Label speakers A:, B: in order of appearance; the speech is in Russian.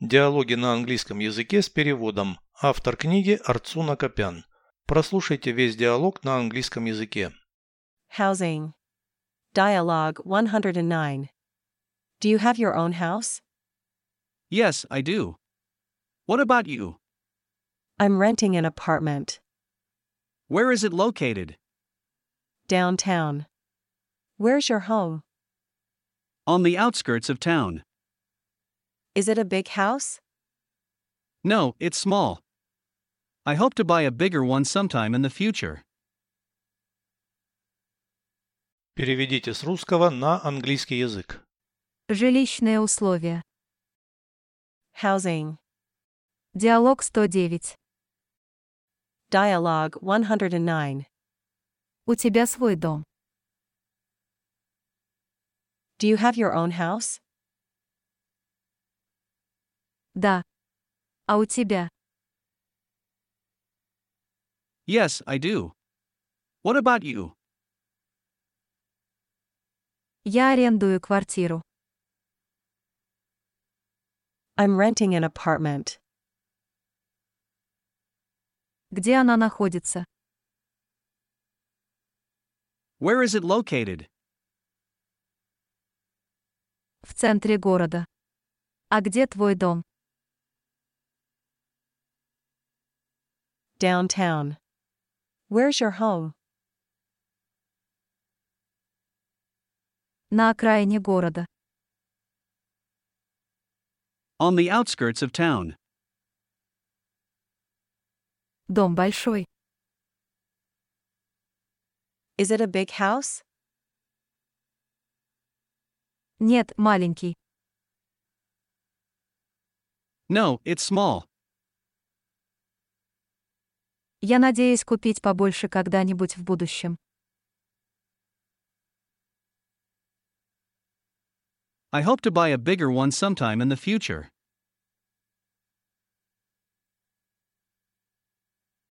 A: Диалоги на английском языке с переводом. Автор книги Арцуна Копян. Прослушайте весь диалог на английском языке.
B: Housing. Dialogue 109. Do you have your own house?
C: Yes, I do. What about you?
B: I'm renting an apartment.
C: Where is it located?
B: Downtown. Where's your home?
C: On the outskirts of town.
B: Is it a big house?
C: No, it's small. I hope to buy a bigger one sometime in the future.
A: Переведите с русского на английский язык.
D: Жилищные условия.
B: Housing.
D: Диалог 109.
B: Dialogue 109.
D: У тебя свой дом.
B: Do you have your own house?
D: Да. А у тебя?
C: Yes, I do. What about you?
D: Я арендую квартиру.
B: I'm renting an apartment.
D: Где она находится?
C: Where is it located?
D: В центре города. А где твой дом?
B: Downtown. Where's your home?
D: На окраине города.
C: On the outskirts of town.
D: Дом большой.
B: Is it a big house?
D: Нет, маленький.
C: No, it's small.
D: Я надеюсь купить побольше когда-нибудь в будущем.
C: I hope to buy a bigger one sometime in the future.